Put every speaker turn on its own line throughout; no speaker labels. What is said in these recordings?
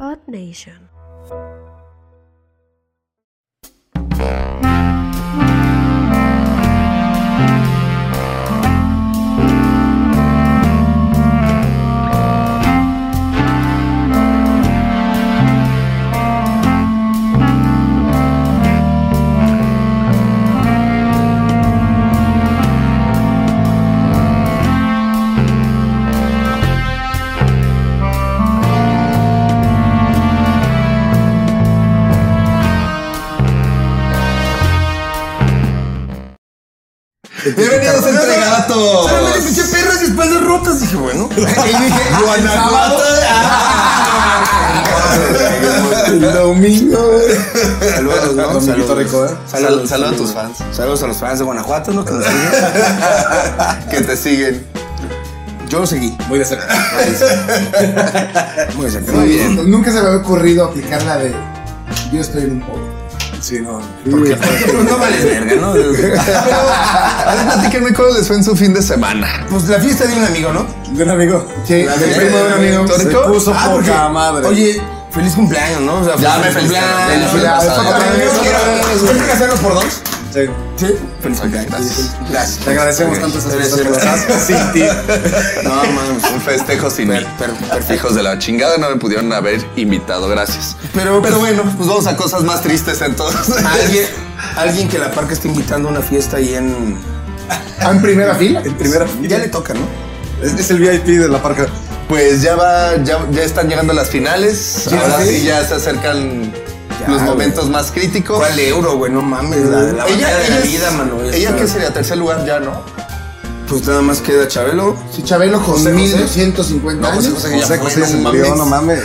Earth Nation.
Bienvenidos a Entre Gatos.
Solo me escuché perras y espaldas rotas. Dije, bueno. Y dije, Ah.
Guanajuato.
El domingo, güey. Saludos, ¿no?
Dominguito rico, ¿eh?
Saludos,
Saludos, saludos a tus fans
Saludos a los fans de Guanajuato, ¿no? Que nos siguen.
que te siguen.
Yo lo seguí.
Muy de cerca.
Muy cerca.
Ah,
Muy bien.
Nunca se me había ocurrido aplicar la de yo estoy en un pobre.
Sí, no. Porque no vales verga, ¿no?
A ver, platíquenme cómo les fue en su fin de semana.
Pues la fiesta de un amigo, ¿no?
De un amigo.
Sí,
La
del
de-
primo de un amigo.
Se
¿Torito?
puso
Ah,
poca
porque-
madre.
Oye, feliz cumpleaños, ¿no? O sea,
Ya me
feliz
felicitaron,
cumpleaños.
feliz
Ya,
cumpleaños.
otra vez, otra vez.
¿Tienes que hacernos por dos?
Sí.
Sí, feliz cumpleaños. Gracias. Gracias.
Te agradecemos
Ok.
tanto esas
Gracias.
fiestas que nos das.
Sin ti. No, mames.
Un festejo sin mí.
Per- per- perfecto.
Hijos de la chingada no me pudieron haber invitado, gracias.
Pero, pero bueno,
Pues vamos a cosas más tristes entonces.
alguien, alguien que la parca está invitando a una fiesta ahí en.
Ah, en primera fila.
En primera. Ya le toca, ¿no?
Es, es el VIP de la parca.
Pues ya va, ya, ya están llegando las finales.
Ya
Ahora
sé.
sí ya se acercan
Ya,
los
güey.
momentos más críticos.
¿Cuál euro, güey? No mames. La, la batalla de la
es-
vida, mano. es-
Ella que sería tercer lugar ya, ¿no?
Pues nada más queda Chabelo.
Si Chabelo con
José, José. No,
1250
José,
años.
José, que ya
José,
fue,
José
no
se
mames.
murió, no mames.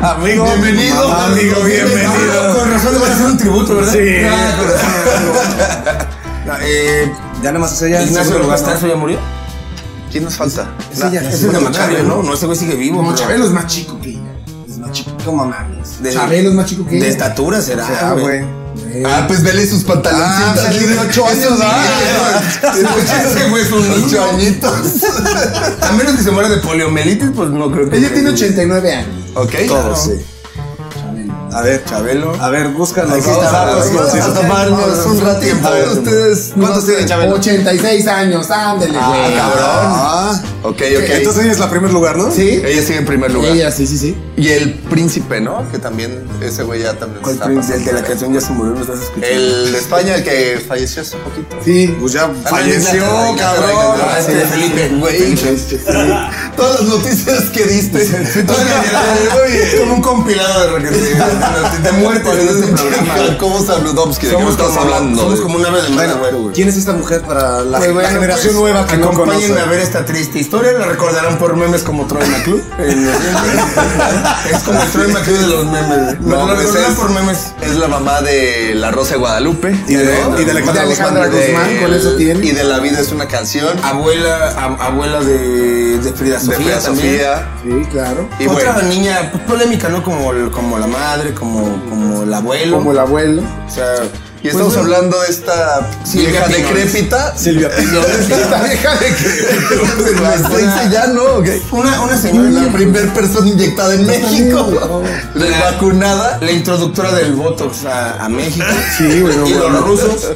Amigo,
bienvenido.
amigo, bienvenido. Con razón le van a hacer un tributo, ¿verdad?
Sí.
Ah, con razón. No, eh,
Ya nada más ese ya.
Ignacio
seguro,
Rogastazo
¿no?
ya murió.
¿Quién nos falta?
Ese ya- ese
sí,
es de
sí,
Macario,
Chabelo.
¿no? No, ese güey sigue vivo.
Como
pero-
Chabelo es más chico que ella. Es más chico.
¿Cómo mames? De-
Chabelo es más chico que ella.
De estatura será, güey.
Ah, pues vele sus
eh, Ah,
pantaloncitos.
salió de ocho años, ah. ¿verdad? Ese güey es un niño.
Ocho añitos.
A menos que se muera de poliomielitis, pues no creo que.
Ella tiene 89 años.
Ok.
Todos, sí.
A ver,
Chabelo.
A ver, búscanos.
Aquí
vamos
está,
a-
vamos
vamos
a
a-
tomarnos un ratito.
A ver,
Ustedes,
¿cuántos tienen, Chabelo?
86 años, ándele, güey.
Ah, cabrón. Ok, ok.
Entonces
ella es la primer lugar, ¿no?
¿Sí?
Ella sigue en primer lugar.
Ella, sí, sí, sí.
Y el príncipe, ¿no? Que también, ese güey ya también
¿Cuál
está
príncipe? El
pasando.
de la canción ya se murió, no estás escuchando.
El Ah, de España, el que falleció hace poquito.
Sí.
Pues ya
falleció, cabrón.
Ah, este
Sí.
Felipe, güey.
Todas las noticias que diste.
Todas las- Es como un compilado de rock and roll, de muertes en este programa. güey.
¿Cómo Sabludovsky? ¿De qué me
Somos
estás
como-
hablando?
Somos como un ave de mal agüero, güey.
¿Quién es esta mujer para la,
Pues
la
bueno,
generación
pues,
nueva que no
acompáñenme
conoce?
a ver esta triste historia. La recordarán por memes como Troy McClure. es como el Troy McClure de los memes. güey.
No,
la
pues
recordarán
es-
por memes.
Es la mamá de La Rosa de Guadalupe.
Y de- y de
Alejandra Guzmán.
de-
Guzmán, con eso tiene.
Y de La Vida es una canción.
Abuela, a- abuela de, de Frida
De
Sofía.
Frida
también.
Ah, Sofía.
Sí, claro.
Y
Otra
bueno.
niña pues, polémica, ¿no? Como, el- como la madre, como, como el abuelo.
Como el abuelo.
O sea, pues,
Y estamos
bueno.
hablando Pues de esta
Silvia
vieja
Pinal.
decrépita.
Silvia Esta vieja de que.
Las dice ya no, ok.
Una, una señora.
La primera persona inyectada en México.
La-
Vacunada.
la introductora del Botox a, a México.
Sí, güey, no,
Y los
bueno.
rusos.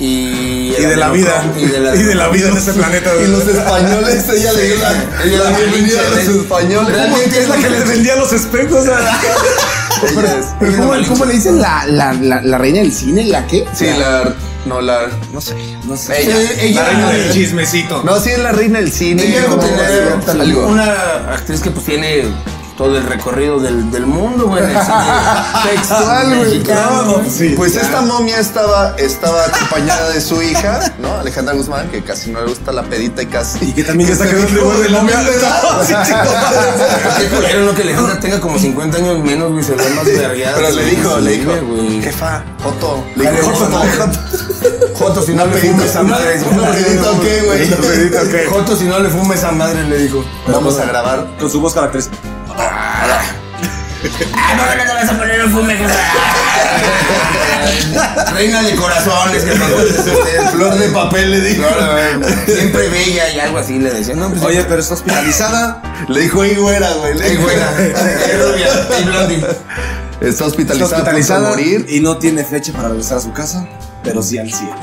Y,
Y de la vida.
Y de la,
vida en este planeta.
Y los españoles, ella le dio la,
Ella
la
la
bienvenida a
pinche-
los españoles.
Realmente es la que les
vendía los espejos a
Ella es-
Pero ¿cómo, cómo le dicen la, la, la, la reina del cine? ¿La qué?
Sí, la. No, la. No sé.
No sé.
Ella.
ella
chismecito.
No, sí es la reina del cine.
ella
no,
debe tener
no, no, algo.
una actriz que pues tiene todo el recorrido del, del mundo, güey. en el cine
Textual, Ah, güey,
mexicano,
claro.
güey.
Sí.
Pues
claro.
esta momia estaba, estaba acompañada de su hija, ¿no? Alejandra Guzmán, que casi no le gusta la pedita y casi.
Y que también ya está
se
quedando
dijo,
igual de
"No me
momia".
hagas nada, sí, chico.
Qué culero, ¿no? Que Alejandra tenga como 50 años menos, güey, se ve más vergueada.
Pero le dijo, le dijo,
güey.
jefa, Joto. Le dijo,
Joto,
Joto, Joto.
Joto, si no le
pedita,
fumes esa
una-
madre.
una pedita, ok, güey.
Una pedita, ok. Joto, si no le fumes esa madre, le dijo.
Vamos a grabar.
Con su voz característica.
Ah, no, no te vas a poner un fume, jefa. Reina de corazones, que me acuerdes usted.
Flor de papel le dijo.
Siempre bella y algo así le decía. No, pues
Oye, pero está hospitalizada.
Le dijo, ey, güera, güey. Le
Ey,
dijo,
güera. Ey, rubia. Ey, blondie.
Está
Está
hospitalizada,
hospitalizada
a punto de morir.
y no tiene fecha para regresar a su casa, pero sí al cielo.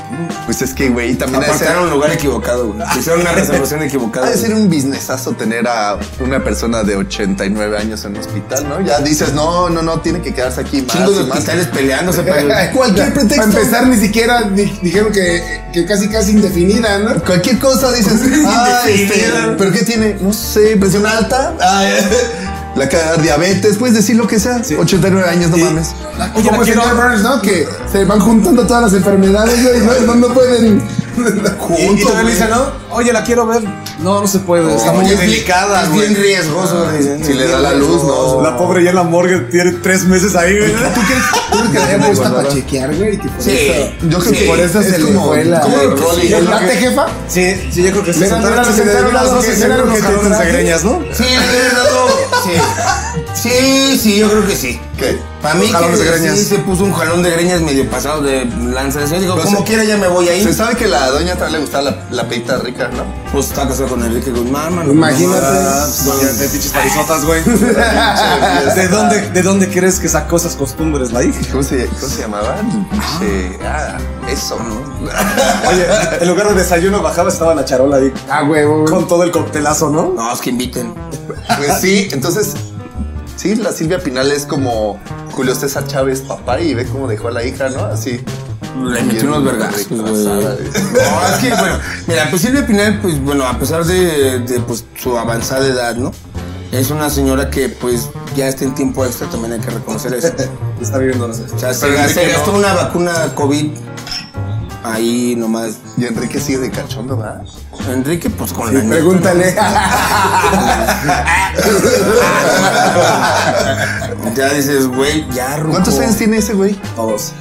Pues es que, güey, también ha de ser-
Apartaron un lugar equivocado, güey. Hicieron una reservación
ha
equivocada.
de
güey.
ser un businessazo tener a una persona de 89 años en un hospital, ¿no? Ya dices, no, no, no, tiene que quedarse aquí más
Chingo de
y más.
hospitales peleándose para.
Cualquier pretexto.
Para empezar, ni siquiera di- dijeron que, que casi casi indefinida, ¿no?
Cualquier cosa dices, ah, este, pero ¿qué tiene? No sé, presión alta, ah, la ca- diabetes, puedes decir lo que sea. 89 años, no mames.
Ah,
Oye,
Como
la
el
quiero-
señor Burns, ¿no? Que se van juntando todas las enfermedades, güey, ¿no? No, no pueden.
Y- y todavía le dice, ¿no? Oye, la quiero ver. No, no se puede. está muy
es bien-
delicada,
es
güey.
bien riesgoso,
Ah,
güey.
Si le da la luz, no.
La pobre ya en la morgue tiene tres meses ahí, güey.
Yo creo que a ella le gusta pachequear, güey, y que por
Sí.
eso.
Yo creo
Sí,
que
Por eso
es
se le
como,
fue la.
como el Rolly.
¿Y el late, jefa?
Sí, sí, yo creo que sí.
Mira, mira,
se
se sentaron
las
las
dos
que-
y se
mira lo
unos
que te
jalones de
traje.
greñas, ¿no?
Sí, le dado. Sí. Sí, sí, yo creo que sí.
¿Qué?
Para mí,
Jalones
que
de greñas.
sí se puso un jalón de greñas medio pasado de lanza. Yo digo,
Pero
como
se-
quiera ya me voy ahí.
Se sabe que la doña también le gustaba la, la peita rica, ¿no?
Pues está casado con Enrique Guzmán, mano.
Imagínate.
Ah, Imagínate, pinches parisotas, güey. ¿De dónde, ¿De dónde crees que sacó esas costumbres la hija?
¿Cómo se, cómo se llamaba? Eh, ah, eso, ¿no?
Oye, en lugar de desayuno bajaba, estaba la charola ahí.
Ah, huevo. güey.
Con todo el coctelazo, ¿no?
No, es que inviten.
Pues sí, entonces, sí, la Silvia Pinal es como Julio César Chávez, papá, y ve cómo dejó a la hija, ¿no? Así.
Le metió unos vergazos, güey.
Retrasada, güey.
No, es que, bueno, mira, pues Silvia Pinal, pues bueno, a pesar de, de, pues, su avanzada edad, ¿no? Es una señora que, pues, ya está en tiempo extra, también hay que reconocer eso.
Está viviendo las
O sea, se,
Pero
ga-
Enrique
se gastó
no.
una vacuna COVID ahí nomás.
Y Enrique sigue de cachondo, ¿verdad?
Enrique, pues, con la...
Pregúntale.
Ya dices, güey, ya, ruco.
¿Cuántos años tiene ese güey?
Todos.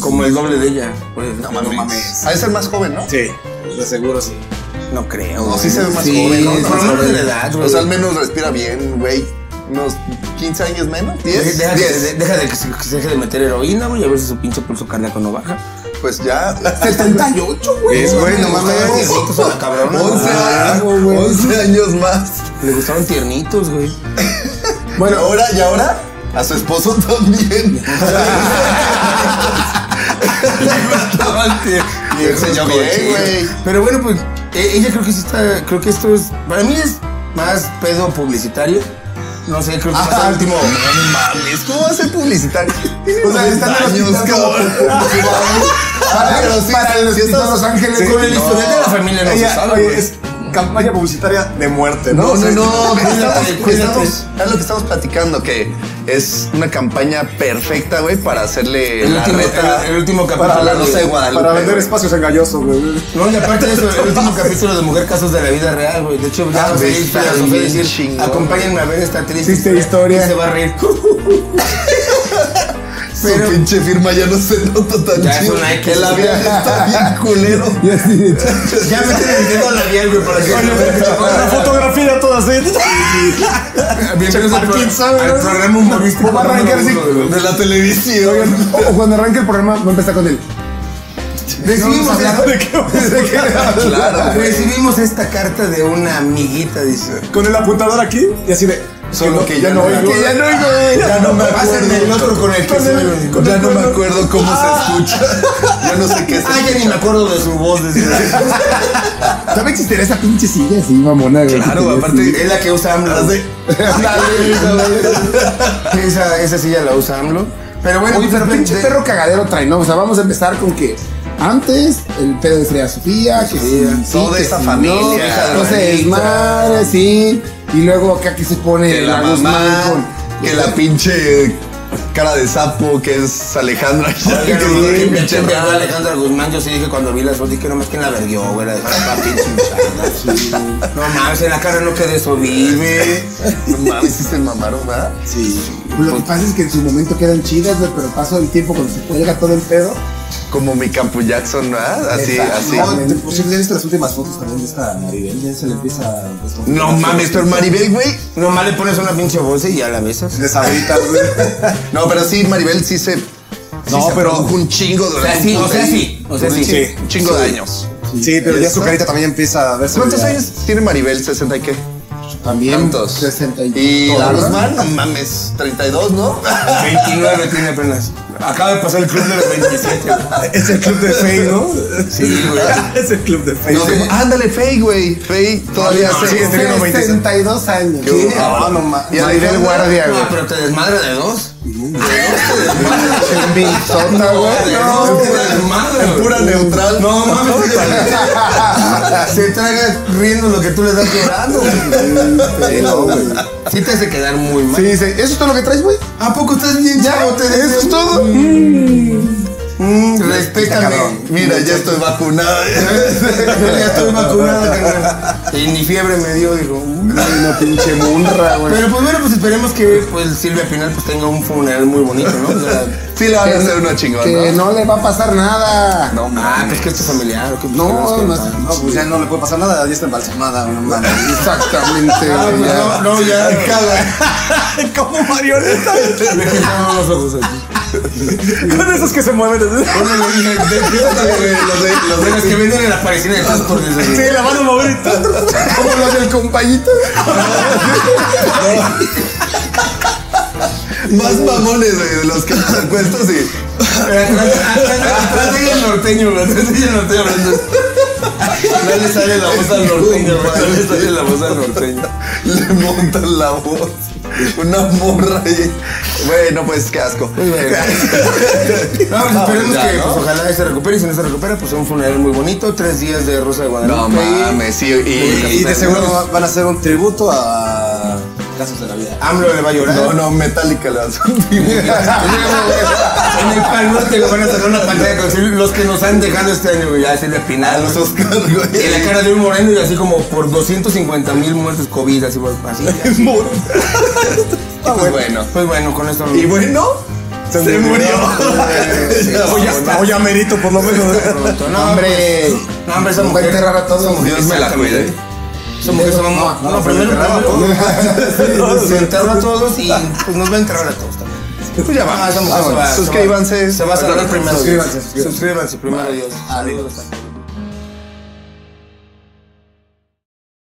Como el doble de ella. Pues, no mames. No,
Ha de ser más joven, ¿no?
Sí, de seguro sí.
creo.
No,
güey.
sí se ve más
Sí,
joven, ¿no?
por lo menos de la edad, güey.
O sea, al menos respira bien, güey. Unos 15 años menos,
Deja-
10.
Deja, que
10.
se- deja de que se, que se deje de meter heroína, güey, a ver si su pinche pulso cardíaco no baja.
Pues ya.
78, güey.
Es bueno,
Le
mames.
gustaron tiernitos a la cabrona.
11,
Ah, güey.
11 años más.
Le gustaron tiernitos, güey.
Bueno, ahora y ahora a su esposo también.
Viejos
enseñó bien,
cochinos.
güey.
Pero bueno, pues e- ella creo que sí está. Creo que esto es. Para mí es más pedo publicitario. No sé, creo que es
Ah,
el último.
mames, ¿cómo va a ser publicitario?
O sea, están en el hospital como-
Ah, pero sí,
Para el
sí,
hospital
estás-
Los Ángeles,
Sí.
güey.
El historial de la familia no se
Ella,
sabe,
oye,
güey.
es campaña publicitaria de muerte, ¿no?
No,
O
no,
sea,
no,
cuídate,
estamos-
cuídate.
estamos- Es lo que estamos platicando, que es una campaña perfecta, güey, para hacerle
El
la
último,
reta.
el, el último capítulo.
para la Rosa de Guadalupe.
Para vender
güey.
espacios engañosos, güey.
No, y aparte de eso, el último capítulo de Mujer Casos de la Vida Real, güey. De hecho, ya
Ah,
no sé,
güey, está
pero
bien
decir,
chingón.
acompáñenme a ver esta triste
Triste historia.
Y se va a reír.
Su pinche firma ya no se nota tan
Ya es
chido.
una X.
El labial está bien culero.
Y así,
ya me estoy metiendo la labial, güey, para que...
La fotografía toda así.
¿eh? Bienvenidos al, pro-
Parkinson,
al
¿no?
programa humorístico.
Va a arrancar así.
número uno, güey.
De la televisión.
O, o cuando arranque el programa, va a empezar con él.
Recibimos, esta,
¿De qué vamos?
Claro, güey.
recibimos esta carta de una amiguita, dice.
Con el apuntador aquí y así de.
Solo que ya no
oigo.
oigo.
ya no oigo.
Ya no me
Pásenme el
acuerdo.
otro con el que
Con
soy,
el-
güey.
con
Ya
el
no me
cuerno.
acuerdo cómo Ah. se escucha. Ya no sé qué es.
Ah, ya ni me acuerdo de su voz, dice.
¿Sabe existir esa pinche silla así, mamona, güey?
Claro,
Que tenía
aparte-
así.
Es la que usa AMLO. esa, esa silla la usa AMLO. Pero bueno,
Oye, pero
pues,
pinche
de-
perro cagadero trae, ¿no? O sea, vamos a empezar con que antes el pedo de Estrella Sofía, que sí, sí,
Toda
que
esa
sí,
familia,
no,
hija de
entonces
Juanita.
madre, sí, y luego acá que se pone
Que la
la Guzmán
mamá,
con-
que la pinche cara de sapo que es Alejandra.
Oigan,
Que
güey,
sí,
que
pinche
pinche perro
raro.
Alejandra Guzmán, yo sí dije cuando vi las fotos, dije, no más que la verguió, güey, la dejó la pinche hinchada, sí. No mames, en la cara no quedé eso, vive.
No mames, sí se mamaron, ¿verdad?
Sí. Lo que pasa es que en su momento quedan chidas, güey, pero paso del tiempo cuando se cuelga todo el pedo.
Como mi Campo Jackson, ¿verdad? Así,
Exacto.
así.
No,
Te- Por cierto, ¿ya viste las últimas fotos también de esta Maribel? Ya se le empieza a
pues,
desconfiar.
No mames, pero Maribel, güey.
Nomás le pones una pinche bolsa y ya la besas.
Desabritas, güey.
No, pero sí, Maribel sí se
No, pero.
Un chingo de
O sea, sí, o sea, sí. O sea, sí.
Sí.
Un chingo de años.
Sí, pero ya su carita también empieza a verse.
¿Cuántos
ya-
años tiene Maribel? ¿60 y qué?
También.
Tantos.
60 y
Y la
¿Todas?
Guzmán, no mames, 32, ¿no?
29 tiene apenas. Acaba de pasar el club de los 27. güey.
Es el club de Fey, ¿no?
Sí, güey.
es el club de Fey.
No, como- ándale, Fey, güey. Fey todavía
No, no,
se.
sigue teniendo 26.
62 años.
¿Qué?
Sí.
Ah, no ma-
Y Maribel Guardia, güey.
No, pero te desmadra de dos.
En Minnesota, güey.
No,
No.
te desmadra. güey.
Pura neutral.
No mames. Se traga riendo lo que tú le das llorando.
este,
güey. Sí, no, güey. Sí te hace quedar muy mal.
Sí, dice, ¿eso es todo lo que traes, güey?
¿A poco estás bien chavo? Te Mm.
¿Eso es todo?
Respétame.
Mira, ya estoy vacunado.
Ya estoy vacunado, carnal. Y ni fiebre me dio, dijo. "Mm".
Una pinche munra, güey.
Pero pues bueno, pues esperemos que pues, Silvia Pinal pues, tenga un funeral muy bonito, ¿no? O sea,
Sí, le van a hacer una chingona.
Que no le va a pasar nada.
No,
ah,
mames.
pues que esto es familiar. ¿o qué? Pues,
No,
tenemos que-
no es-
No, pues ya no le puede pasar nada, ya está embalsamada. No, mames.
Exactamente. ya.
No, ya.
Como marioneta.
Cerramos los ojos aquí.
Con esos que se mueven.
Los de- los
Los
de-
de los que venden en la parecida de todos por
Sí,
desayuno.
la van a mover y todo.
Como los del compañito.
Más mamones, güey, de los que te acuestas y.
Atrás de ella Ah, el norteño, güey. Atrás de ella el norteño hablando. No le sale la voz al norteño, güey. No le sale la voz al norteño.
Le montan la voz. Una morra ahí. Güey, no pues qué asco.
No, pues esperemos
Ya,
que
¿no?
pues, ojalá se recupere y si no se recupera, pues un funeral muy bonito, tres días de Rosa de
No
Guadalupe.
mames, sí.
Y,
Y,
de seguro va- van a hacer un tributo a Casos de la Vida.
AMLO le va a llorar.
No, no, Metallica le hace un dibujo.
En el pan norte le van a sacar una pantalla con Silvia- los que nos han dejado este año, güey. Ya Silvia
A
Pinal,
los Oscar, güey.
Y la cara de un moreno y así como por 250 mil muertes COVID, así, pues, así.
Pues bueno.
Pues bueno, con esto...
Y bueno, se, murió.
O pues ya, o ya merito, por lo menos.
Pronto, No,
Hombre,
pues, no, hombre, esa
va a
mujer...
enterrar a todos.
Dios me la cuide.
Esa mujer se va a... mo- No, primero enterraba a todos. Se enterra a todos y pues nos va a enterrar a todos también.
Pues ya vamos.
Ah, esa mujer se va-
Suscríbanse.
Se va a cerrar primero.
Suscríbanse,
Suscríbanse primero, Dios. Adiós.